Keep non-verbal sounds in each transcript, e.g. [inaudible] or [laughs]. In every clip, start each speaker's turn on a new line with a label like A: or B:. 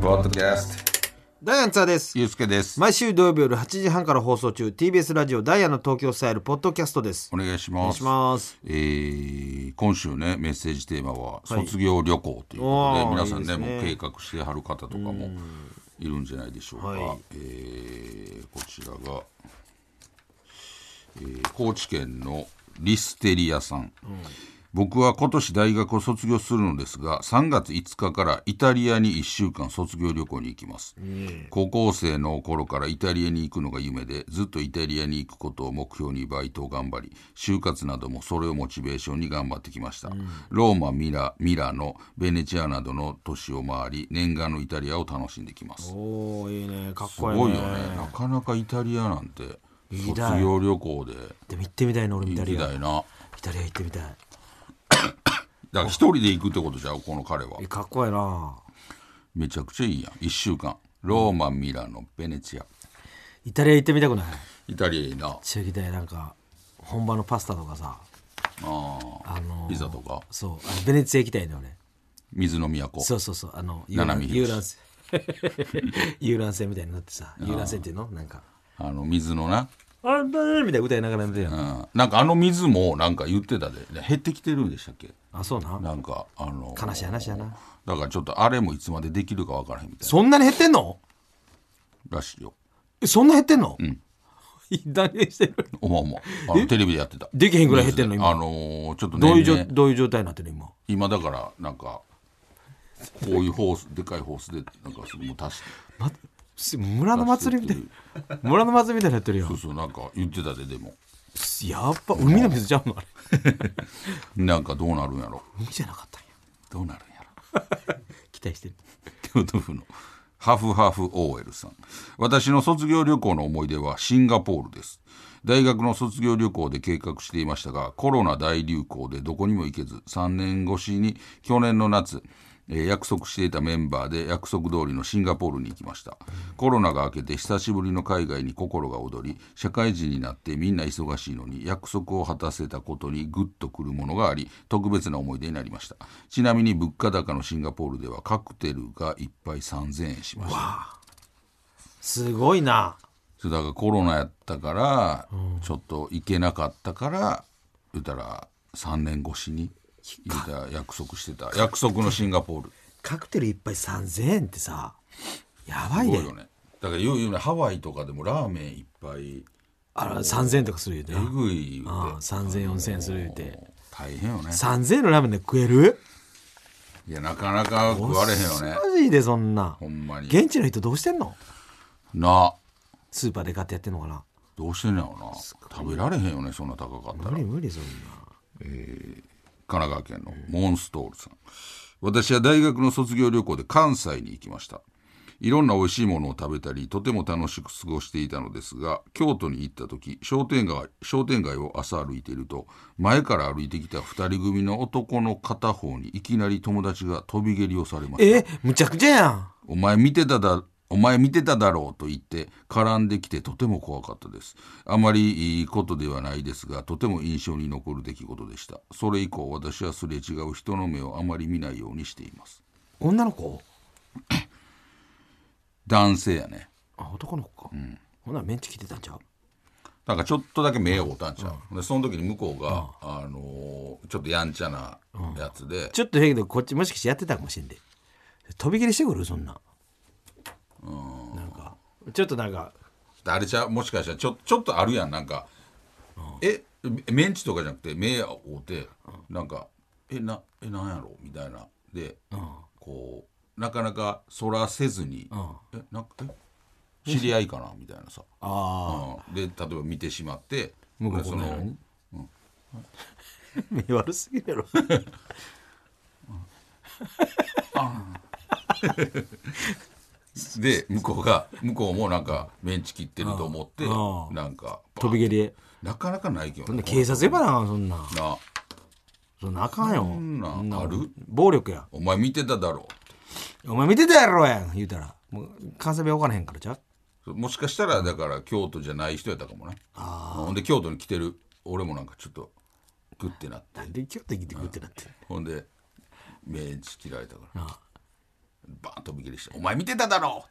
A: ポッドキャスト
B: ダイアンツァーです。
A: ゆうすけです、
B: 毎週土曜日夜8時半から放送中、TBS ラジオダイヤの東京スタイルポッドキャストです。
A: お願いし
B: お願
A: ま
B: い
A: す
B: します。
A: えー今週ねメッセージテーマは卒業旅行ということで、
B: おー
A: 皆さんね
B: いいですね
A: もう計画してはる方とかもいるんじゃないでしょうか、
B: はい
A: えーこちらが、えー高知県のリステリアさん、僕は今年大学を卒業するのですが3月5日からイタリアに1週間卒業旅行に行きます、高校生の頃からイタリアに行くのが夢でずっとイタリアに行くことを目標にバイトを頑張り就活などもそれをモチベーションに頑張ってきました、ローマミラミラノベネチアなどの都市を回り念願のイタリアを楽しんできます
B: おおいいね。かっ
A: す
B: こいい
A: ご
B: ね。
A: いよねなかなかイタリアなんて
B: いい
A: 卒
B: だ
A: 業旅行で
B: でも行ってみたいの俺もイタ
A: 行き
B: リア。
A: たいな
B: イタリア行ってみたい。
A: だから一人で行くってことじゃんこの彼は
B: えかっこいいな。
A: めちゃくちゃいいやん1週間ローマミラノベネチア
B: イタリア行ってみたくない。
A: イタリアいいなあ
B: ちょ行きたいなんか本場のパスタとかさ、
A: あ
B: あのー
A: ピザとか
B: そうあのベネツィア行きたいね俺。
A: 水の都
B: そうそうそうあの遊
A: 七
B: 覧
A: 海博士
B: 遊覧船 [laughs] 遊覧船みたいになってさ遊覧船っていうのなんか
A: あの水のな、
B: あんだーみたいな歌いながらやってるやん。
A: うん、なんかあの水もなんか言ってたで減ってきてるんでしたっけ
B: あそうな。
A: なんかあの
B: 悲しい話やな
A: だからちょっとあれもいつまでできるかわからへんみたい
B: そんなに減ってんの？
A: ならしいよ
B: えそんな減ってんの？うん。断言してる。
A: おまおまあのテレビでやってた
B: できへんぐらい減ってんの
A: ニュ
B: 今
A: ースであのーちょっとね
B: どういう状どういう状態になってる今。
A: 今だからなんかこういうホースでかいホースでなんかそれも足して
B: ま、す村の祭りみたいな村の祭りみたいになってるよ
A: そうそうなんか言ってたででも
B: やっぱ海の水ちゃうのあれ
A: なんかどうなるんやろ
B: 海じゃなかったんや
A: どうなるんやろ
B: 期待してる
A: 京都府のハフハフ OL さん私の卒業旅行の思い出はシンガポールです大学の卒業旅行で計画していましたがコロナ大流行でどこにも行けず3年越しに去年の夏えー約束していたメンバーで約束通りのシンガポールに行きましたコロナが明けて久しぶりの海外に心が躍り社会人になってみんな忙しいのに約束を果たせたことにグッとくるものがあり特別な思い出になりましたちなみに物価高のシンガポールではカクテルが一杯3000円しました
B: すごいな
A: それだからコロナやったから、ちょっと行けなかったから言ったら3年越しに言うたら約束してた約束のシンガポール
B: カクテル一杯3000円ってさやば
A: す
B: い
A: ご
B: ね
A: いよねだから言うよねハワイとかでもラーメンいっぱい
B: あら3000円とかするよね
A: えぐい言う
B: ああ
A: て
B: 3000円4000円する言うて
A: 大変よね
B: 3000円のラーメンで食える
A: いやなかなか食われへんよね
B: マジでそんな
A: ほんまに
B: 現地の人どうしてんの
A: な
B: スーパーで買ってやってんのかな
A: どうしてんのやろな食べられへんよねそんな高かったら
B: 無理無理そんな
A: 神奈川県のモンストールさん、私は大学の卒業旅行で関西に行きましたいろんな美味しいものを食べたりとても楽しく過ごしていたのですが京都に行った時商店街商店街を朝歩いていると前から歩いてきた2人組の男の片方にいきなり友達が飛び蹴りをされました
B: えむちゃくちゃやん
A: お前見てただ、お前見てただろうと言って絡んできてとても怖かったです。あまりいいことではないですが、とても印象に残る出来事でした。それ以降、私はすれ違う人の目をあまり見ないようにしています。
B: 女の子
A: 男性やね。
B: あ男の子か、ほなメンチ来てたんちゃう
A: なんかちょっとだけ目を合うたんちゃう、でその時に向こうが、あのーちょっとやんちゃなやつで、
B: ちょっと変やけどこっちもしかしてやってたかもしれんで飛び切りしてくるそんななんかちょっとなんか
A: あれちゃうもしかしたらちょちょっとあるやんなんか、えメンチとかじゃなくて目を合うて、なんかえなえなんやろみたいなで、こうなかなかそらせずに、えなんかえ知り合いかなみたいなさ、
B: ああ
A: うんで例えば見てしまって
B: 向こう
A: でそ
B: こんなの
A: の
B: に目悪すぎる
A: [laughs]
B: やろ
A: で向こうが向こうもなんかメンチ切ってると思って、
B: うん
A: なんか
B: 飛び蹴り
A: なかなかないけどね
B: 警察呼ばなあかんそんなん
A: な
B: そんなんあかんよ
A: そんなんある
B: 暴力や
A: お前見てただろう
B: お前見てたやろやん言うたらもう関西弁分からへんからちゃう
A: もしかしたらだから京都じゃない人やったかもねほんで京都に来てる俺もなんかちょっとグッてなって
B: なんで今日できてくってなって
A: ほんでメンチ切られたから
B: あ
A: バーン飛び切りして「お前見てただろ!」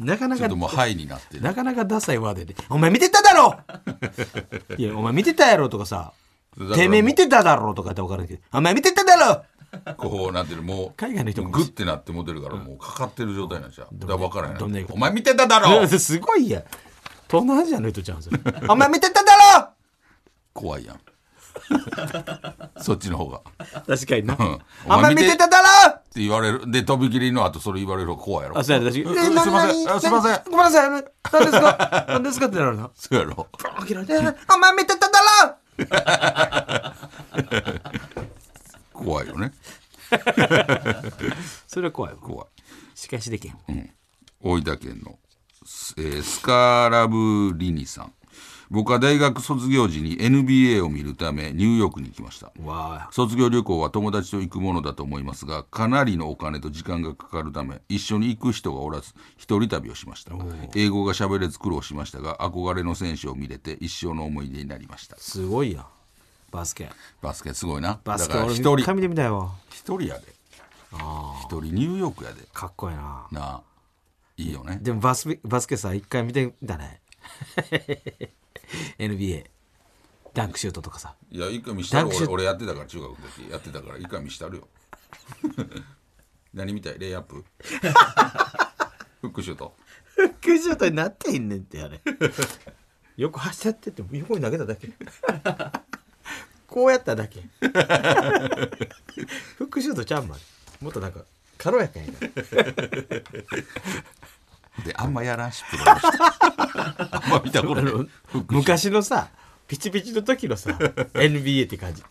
B: なかな
A: ちょ
B: か
A: っともう「はい」になってる
B: なかなかダサいワードで、お前見てた
A: [laughs]
B: だろいや、お前見てたやろとかさ
A: だか、ら
B: てめえ見てただろとかって分からんけど、お前見てただろ
A: こうなってるもう
B: 海外の人かも
A: グ
B: し
A: ッてなってモデルからもうかかってる状態なんじゃうだから分からへん
B: どんな
A: な
B: 言い方
A: お前見てただろ
B: れ [laughs] すごいやん。東南アジアの人ちゃう
A: [laughs]
B: んすよ。お前見てただ
A: 怖いやん [laughs] そっちの方がっ
B: ろ確かにな。
A: ん
B: お前見てただろ
A: て言われるで飛び切りの後それ言われる方が怖いやろ
B: あ、そうや、確かに。え
A: うすいません
B: 何何
A: あすいません
B: 何ごめんなさい。何ですか
A: [laughs]
B: 何ですかってなるな。
A: そうやろ
B: あきられてえお前見てただろ
A: 怖いよね
B: それは怖いわ。
A: 怖い
B: しかしできへん。
A: 大分県の、すえースカラブリニさん僕は大学卒業時に NBA を見るためニューヨークに行きました
B: わあ。
A: 卒業旅行は友達と行くものだと思いますがかなりのお金と時間がかかるため一緒に行く人がおらず一人旅をしました英語が喋れず苦労しましたが憧れの選手を見れて一生の思い出になりました
B: すごいやん。バスケ。
A: バスケすごいな
B: バスケ
A: だから
B: 俺
A: 一人
B: 一回見てみたいわ。
A: 一人やで一人ニューヨークやで
B: かっこいいな。
A: なあいいよね
B: でもバスケバスケさ一回見てみた [laughs] ね NBA ダンクシュートとかさ
A: いや一回見したる
B: ダンクシ
A: 俺
B: ュート
A: 俺やってたから中学の時やってたから一回見した
B: [laughs]
A: るよ何みたいレイアップフックシュート
B: ダンクシュートになってんねんってあれよく走ってって横に投げただけこうやっただけフックシュートちゃんまでもっとなんか軽やかやから
A: であんまやらんしプロの人あんま見たことない
B: 昔のさピチピチの時のさ NBA って [laughs] 感じ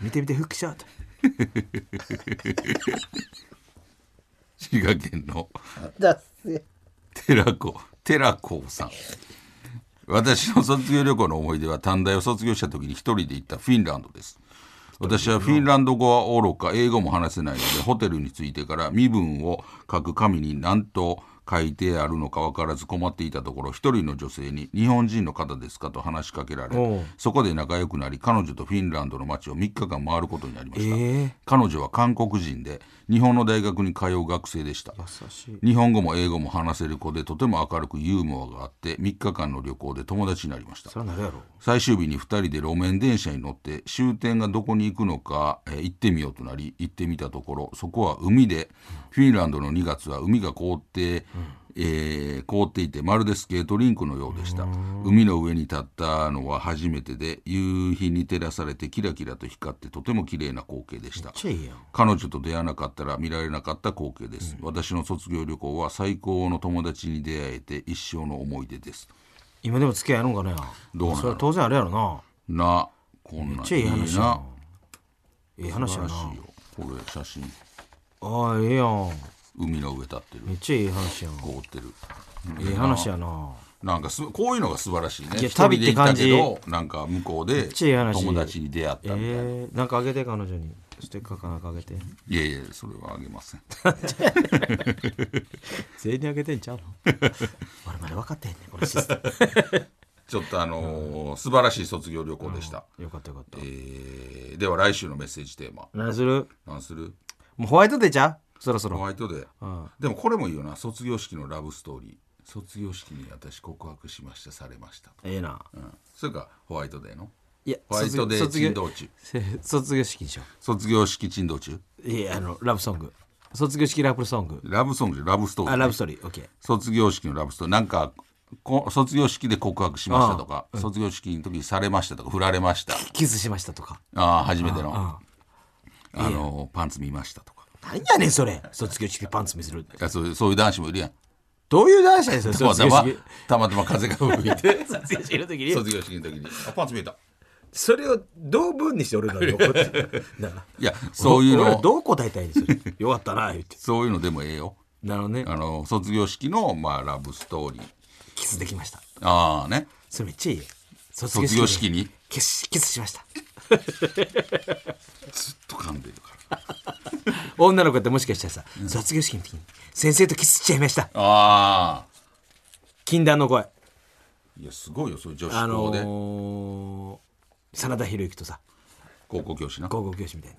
B: 見てみてフックショート
A: 滋賀県の
B: だっせ
A: 寺子寺子さん私の卒業旅行の思い出は短大を卒業した時に一人で行ったフィンランドです私はフィンランド語はおろか英語も話せないのでホテルに着いてから身分を書く紙に何と書いてあるのか分からず困っていたところ一人の女性に「日本人の方ですか?」と話しかけら
B: おう
A: れそこで仲良くなり彼女とフィンランドの街を3日間回ることになりました、
B: えー
A: 彼女は韓国人で日本の大学に通う学生でした
B: 優しい
A: 日本語も英語も話せる子でとても明るくユーモアがあって3日間の旅行で友達になりました
B: それはなるやろ
A: 最終日に2人で路面電車に乗って終点がどこに行くのか、えー行ってみようとなり行ってみたところそこは海でフィンランドの2月は海が凍って、えー凍っていてまるでスケートリンクのようでした海の上に立ったのは初めてで夕日に照らされてキラキラと光ってとても綺麗な光景でした
B: ちょいいやん
A: 彼女と出会わなかったら見られなかった光景です、私の卒業旅行は最高の友達に出会えて一生の思い出です
B: 今でも付き合えるんかね
A: どうなんやろ
B: それは当然あるやろな
A: なこん
B: め
A: な
B: っ
A: ん
B: ちゃいい話やな
A: な
B: ええ話やな
A: 素晴らしいよこれ写真
B: ああええやん
A: 海の上立ってる
B: めっちゃいい話やん
A: 凍ってる
B: ええ話やな
A: なんかすこういうのが素晴らしいね
B: いや
A: 一人で
B: 旅っ
A: 行
B: て
A: った
B: 感
A: け
B: じ
A: どなんか向こうで
B: ちゃいい話
A: 友達に出会ったみたいな、
B: ええなんかあげて彼女にステッカーかなんかあげて
A: いやいやそれはあげません [laughs]
B: 全員にあげてんちゃうの [laughs] 俺まで分かってへんねんこのシステム
A: ちょっとあのー素晴らしい卒業旅行でした、
B: [laughs] よかったよかった
A: えーでは来週のメッセージテーマ
B: 何する
A: 何する
B: もうホワイトデーちゃうそろそ
A: ホ
B: ろ
A: ワイトで、
B: うん
A: でもこれもいいよな卒業式のラブストーリー卒業式に私告白しましたされましたと、
B: ええな
A: うん、それかホワイトデーの
B: いや
A: ホワイトデー
B: 卒業
A: 珍道中
B: せ卒業式にしよ
A: 卒業式珍道中
B: ういやあのラブソング卒業式ラブソング
A: ラブソングじゃラブストーリ
B: あ
A: ー
B: ラブストーリーオッケー
A: 卒業式のラブストーリーなんかこ卒業式で告白しましたとか、卒業式の時にされましたとか振られました
B: キスしましたとか
A: ああ初めてのあのパンツ見ましたとか
B: なんやねんそれ卒業式でパンツ見せるって
A: いやそういうそういう男子もいるやん
B: どういう [laughs] 男子やねんそれ
A: たま
B: 卒
A: た
B: 業
A: ま
B: 式
A: たまたま風が吹いて
B: 卒業式の時に
A: 卒業式の時にあパンツ見えた
B: それをどう文にして俺の横 [laughs] ってない
A: やそういう
B: 俺
A: の
B: はどう答えたいんですよよかったな言って
A: そういうのでもええよ
B: なるほどね
A: あの卒業式の、まあ、ラブストーリー
B: キスできました
A: ああね
B: それめっちゃいいよ卒
A: 卒業式
B: に
A: に
B: キスキスしました
A: ずっと噛んでるから
B: 女の子ってもしかしたらさ、卒業式の時に先生とキスしちゃいました
A: ああ
B: 禁断の声
A: いやすごいよそういう女
B: あ
A: 子校で、
B: のー、真田広之とさ
A: 高校教師な
B: 高校教師みたいな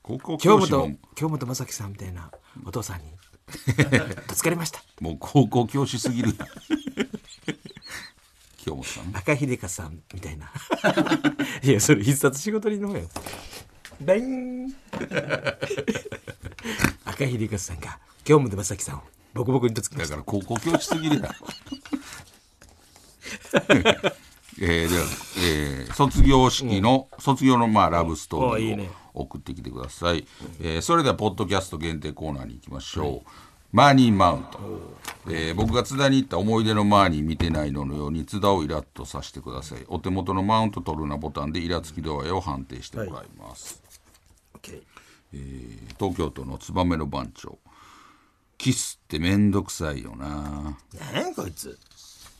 A: 高校
B: 京
A: 教師も
B: 本京本正樹さんみたいなお父さんに [laughs] 助かりました
A: もう高校教師すぎるやん [laughs] 清本さん
B: 赤秀香さんみたいな [laughs] いやそれ必殺仕事人の方よダイーン [laughs] 赤秀香さんが京本正樹さんをボコボコにとつきま
A: だ
B: し
A: か
B: た
A: ら高校教師すぎるやんえー、では、えー卒業式の、卒業のまあラブストー
B: おい
A: リ
B: い
A: ー
B: ね
A: を送ってきてくださいえーそれではポッドキャスト限定コーナーに行きましょう、マーニーマウント、えー僕が津田に行った思い出のマーニー見てないののように津田をイラッとさせてくださいお手元のマウント取るなボタンでイラつき度合いを判定してもらいます、東京都の燕の番長キスってめんどくさいよな
B: 何やこいつ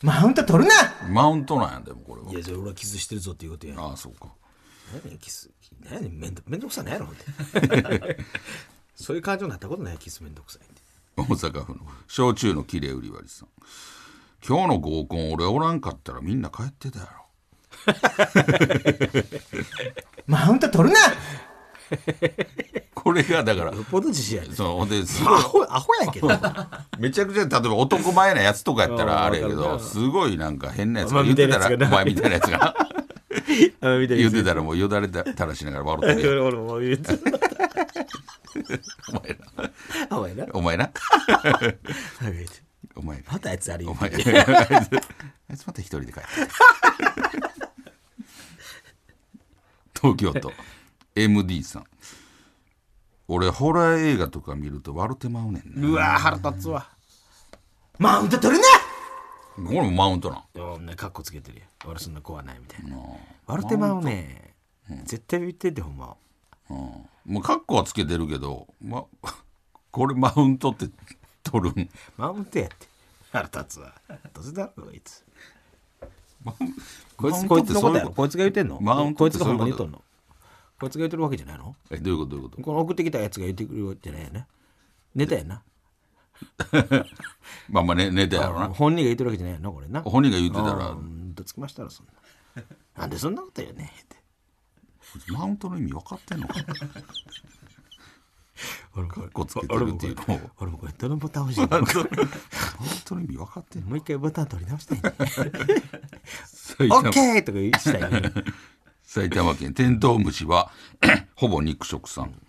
B: マウント取るな
A: マウントなんやでもこれはい
B: やそれ俺はキスしてるぞっていうことや
A: ああそうか
B: 何やねんキス何やねんめんどめんどくさいなんやろほん [laughs] でそういう感情になったことないキスめんどくさいって
A: 大阪府の焼酎のきれい売り割りさん今日の合コン俺おらんかったらみんな帰ってたやろ
B: マウント取るな
A: これがだから
B: よっぽど自信やね
A: そのほんで
B: アホアホや
A: [laughs]
B: けど
A: めちゃくちゃ例えば男前なやつとかやったら
B: あー
A: あれやけ
B: わか
A: ど
B: るな
A: すごいなんか変なやつが言ってたらお
B: お
A: 前
B: 前
A: み
B: み
A: たいなやつが
B: あのみたい
A: 言
B: な
A: ってたらもうよだれたらしながら笑ってるやん
B: 俺俺も言って
A: お前な
B: お前な
A: お前なお前な
B: またあいつあれ言
A: お
B: う
A: 前あいつあいつまた一人で帰って東京都 MD さん俺ホラー映画とか見ると笑ってまうねんな
B: うわ腹立つわマウント取る
A: これもマウントなん
B: なお前カッコつけてるやん俺そんな子はないみたいな笑ってまうね絶対言っててほんま
A: もうカッコはつけてるけど、ま、これマウントって取るん
B: マウントやって腹立つわどうせだろこいつこい
A: マウ
B: つ
A: ン
B: こ
A: ト
B: い
A: って
B: つ
A: そ
B: の
A: ういう
B: ことやろこいつが言ってんの
A: マウント
B: こ
A: っ
B: い
A: て
B: つ
A: そ
B: が
A: うい
B: ほ
A: うんこと
B: まに言っとんのこいつが言ってるわけじゃないの
A: えどういうことどういうこと
B: この送ってきたやつが言ってくるわけじゃないよねネタやな
A: まあまあねネタやろな
B: 本人が言ってるわけじゃないよなこれな
A: 本人が言ってた
B: う
A: ら
B: んどつきましたらそん [laughs] ななんでそんなこと言うねって
A: マウントの意味分かってんのか
B: 俺もこれ
A: こつけてるっていうのを
B: 俺もこれどのボタン押 [laughs] して
A: [laughs] マウ
B: も
A: ントの意味分かってんの
B: もう一回ボタン取り直した [laughs] いね
A: 埼
B: オ
A: 玉
B: ッケーとか言いしたい [laughs] ね
A: 埼玉県テントウムシは [coughs] ほぼ肉食さん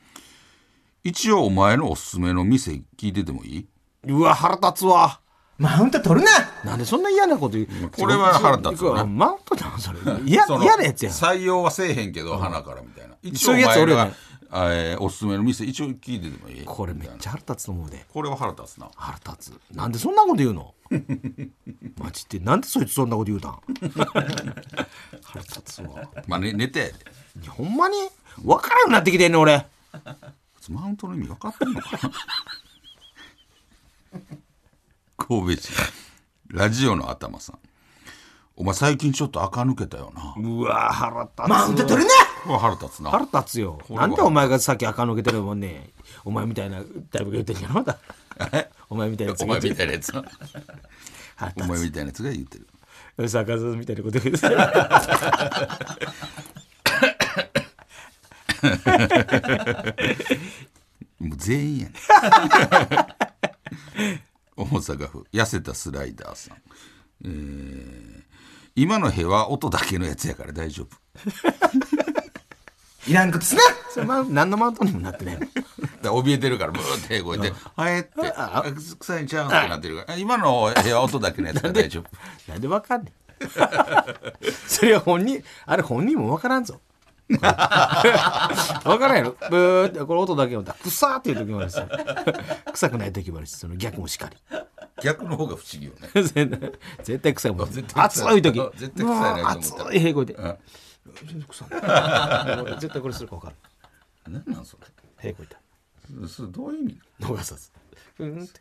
A: 一応お前のおすすめの店聞いててもいいう
B: わ腹立つわマウント取るななんでそんな嫌なこと言う
A: これは腹立つよな
B: なマウントなのそ [laughs] れ嫌嫌なやつやん
A: 採用はせえへんけど花からみたいな一応
B: そ
A: お
B: ういうやつ
A: 前
B: 俺
A: が
B: ら
A: えーおすすめの店一応聞いててもいい
B: これめっちゃ腹立つと思うで
A: これは腹立つな
B: 腹立つなんでそんなこと言う [laughs] のマジってなんでそいつそんなこと言うたん [laughs] 腹立つわ
A: まあね寝て
B: いやほんまに分からんようになってきてんねん俺
A: マウントの意味分かってんのか [laughs] な神戸市ラジオの頭さんお前最近ちょっと垢抜けたよな
B: うわ腹立つマウント取るな
A: これ腹立つな
B: 腹立つよ
A: れは
B: なんでお前がさっき垢抜けてるもんねお前みたいな誰もが言ってんじゃろだお前みたいなやつ
A: お前
B: が言って
A: み
B: る
A: たいなやつな
B: 腹
A: お前
B: 立
A: みたいなやつが言ってる
B: つ逆さみたいなこと言う腹
A: [laughs] もう全
B: [laughs]
A: 員やね大阪府痩せたスライダーさん、えー今の部は音だけのやつやから大丈夫
B: [laughs] いらんことすなそれマウン何のマウントにもなってないの
A: だから怯えてるからブーって声で「あえ」って「あ臭いんちゃうん?」ってなってるからあ今の部は音だけのやつが大丈夫
B: なんでわかんねんそれは本人あれ本人もわからんぞわからんやろブーってこれ音だけのくさーっていう時もあるしさ臭くない時もあるしその逆もしかり
A: 逆の方が不思議よね
B: 絶対 [laughs] 絶対臭いもん
A: [laughs] 絶対
B: 熱
A: 臭い
B: い時
A: 絶対臭いなと思った
B: う
A: ら
B: わー熱い平行で
A: うん
B: 全然臭い俺 [laughs] 絶対これするか分かる
A: 何なんそれ
B: 平行いた
A: それどういう意味
B: 逃さずうんって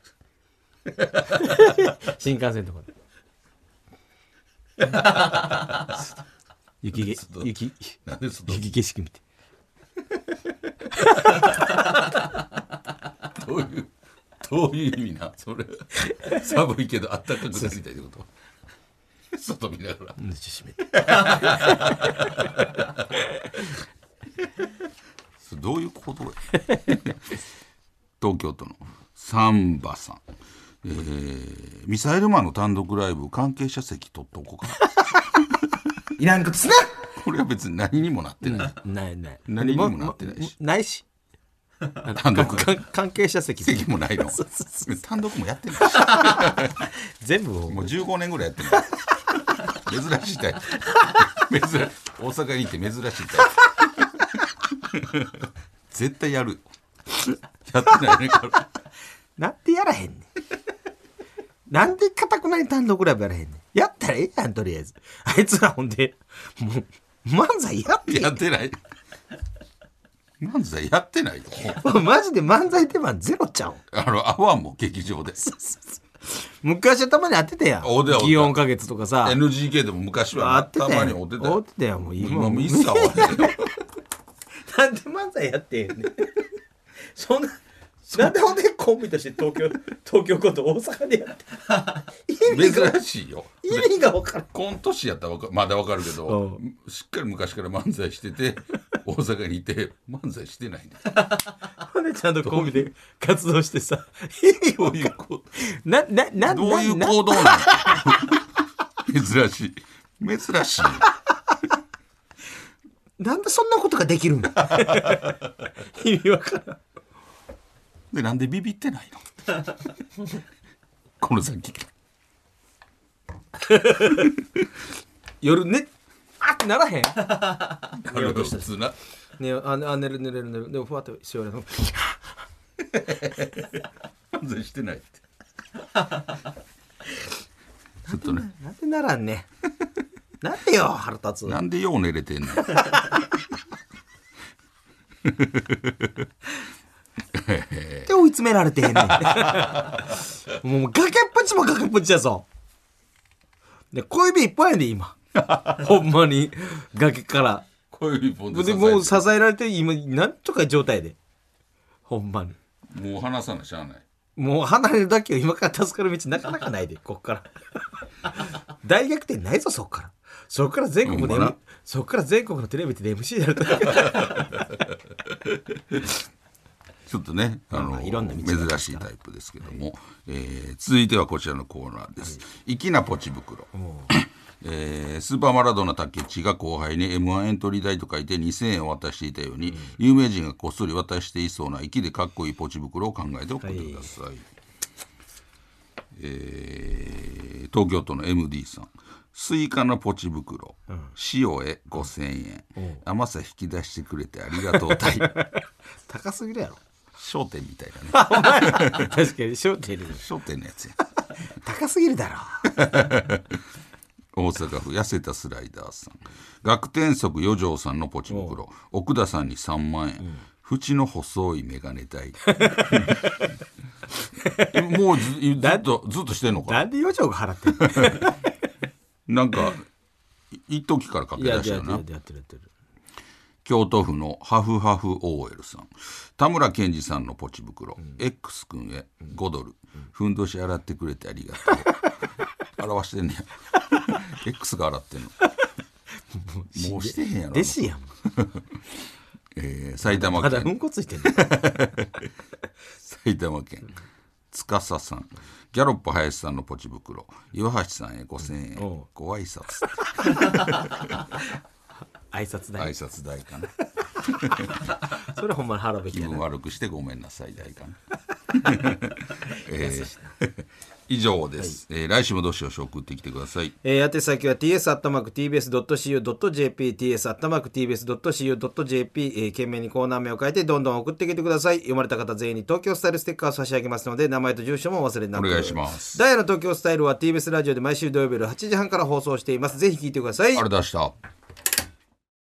B: 新幹線とかで雪げ雪
A: なんでその
B: 雪景色見て
A: どういうどういう意味なそれ寒いけどあったかくなりたいってこと外見ながら
B: うんちょっと閉めて
A: それどういうことや東京都のサンバさん、えーミサイルマンの単独ライブ関係者席取っとこうか
B: いらんことすな
A: これは別に何にもなってない、
B: ないない
A: 何にもなってないし
B: もも
A: [laughs]
B: ないし
A: 単独
B: かん関係者
A: [laughs]
B: 席
A: 席もないの
B: そうそうそ
A: 単独もやってないし
B: 全部を
A: もう15年ぐらいやってない [laughs] 珍しいタイプ珍大阪に行って珍しいタイプ絶対やるやってないねこれ
B: なんでやらへんねん。なんでかたくなに単独ライブやらへんねん。やったらええやん、とりあえず。あいつらほんで、もう、漫才やって
A: やってない。漫才やってないよ。
B: もうマジで漫才出番ゼロちゃうん。
A: あの、アワーも劇場で。
B: 昔はたまに当てたやん。
A: おでおで
B: 祇園花月とかさ。
A: NGK でも昔
B: あ
A: は
B: ってた
A: た
B: や
A: ま
B: ん。
A: におてた
B: 合っ
A: よ。
B: てたやん、もう今
A: 今もう一
B: もう
A: 切会わないよ
B: なんで漫才やってへんねん。そんな、なんでほんでコンビとして東 [laughs] 京、東京こと大阪でやって。意味
A: [laughs]
B: が、
A: 珍しいよ。
B: 意味が分からん。
A: コント師やったらわかまだわかるけど、しっかり昔から漫才してて、大阪にいて、漫才してないね。
B: ほんでちゃんとコンビで活動してさ。意味
A: ど
B: を
A: ういうこ
B: [laughs] な、な、な、
A: どういう
B: な
A: 行動なの [laughs] 珍しい。珍しいよ。
B: ななんでそんなことができるん [laughs] 意味わからん。
A: で、なんでビビってないの [laughs] この先。
B: 夜ね、あってならへん。
A: 彼は普通な。
B: ね、あ、あ寝る寝れる寝る。でもふわっとしようやの。
A: 完全してないってちょっとね
B: なんでならんね。 [laughs] なんでよ、腹立つ。
A: なんでよう寝れてんの
B: で追い詰められてへん [laughs] ねん。もう崖っぷちも崖っぷちやぞ。で小指一本やで今。 [laughs] ほんまに崖から。
A: 小指一本で支
B: で
A: えて
B: もう支えられて今なんとか状態で。ほんまに。
A: もう離さなしゃあない
B: もう離れるだけよ今から助かる道なかなかないでこっから大逆転ないぞそっからそっから全国で、
A: ほんまな
B: そっから全国のテレビで MC やると
A: ちょっとねあの
B: まあいろんな道があります
A: 珍し
B: から
A: いタイプですけども、えー続いてはこちらのコーナーです「粋なポチ袋」えースーパーマラドーナ竹内が後輩に m 1エントリー代と書いて2000円を渡していたように、有名人がこっそり渡していそうな粋でかっこいいポチ袋を考えて送ってくださいえー東京都の MD さんスイカのポチ袋、塩へ5000円、甘さ引き出してくれてありがと
B: [laughs]
A: うたい
B: 高すぎるやろ
A: 商店みたいなね
B: お前確かに焦点
A: 商店のやつや
B: 高すぎるだろ
A: 大阪府痩せたスライダーさん学天足余剰さんのポチ袋奥田さんに3万円、縁の細い眼鏡代え [laughs] もうずずっとずっとしてんのかな
B: なんで余剰が払ってんの
A: なんかい一時から駆け出したよな
B: やってるやってる
A: 京都府のハフハフ OL さん田村健二さんのポチ袋、X 君へ5ドル、ふんどし洗ってくれてありがとう [laughs] 表してんねや X が洗ってんのもうしてへんやろ
B: 弟子やん
A: えー埼玉
B: まだ
A: 県
B: うんこついてんの
A: 埼玉県司さんギャロップ林さんのポチ袋岩橋さんへ5000円、
B: うん
A: ご挨拶
B: 挨拶だ
A: 挨
B: よ
A: 拶代かな
B: それほんまに払うべき
A: 気
B: や
A: 分
B: な
A: 悪くしてごめんなさい代かな、 [laughs] えー [laughs] 以上です、えー来週もどしどし送ってきてください
B: えー、宛先は ts.tbs.co.jp ts.tbs.co.jp、えー、懸命にコーナー名を書いてどんどん送ってきてください読まれた方全員に東京スタイルステッカーを差し上げますので名前と住所もお忘れなく
A: お願いします
B: ダイヤの東京スタイルは TBS ラジオで毎週土曜日夜8時半から放送していますぜひ聞いてください
A: あれ出した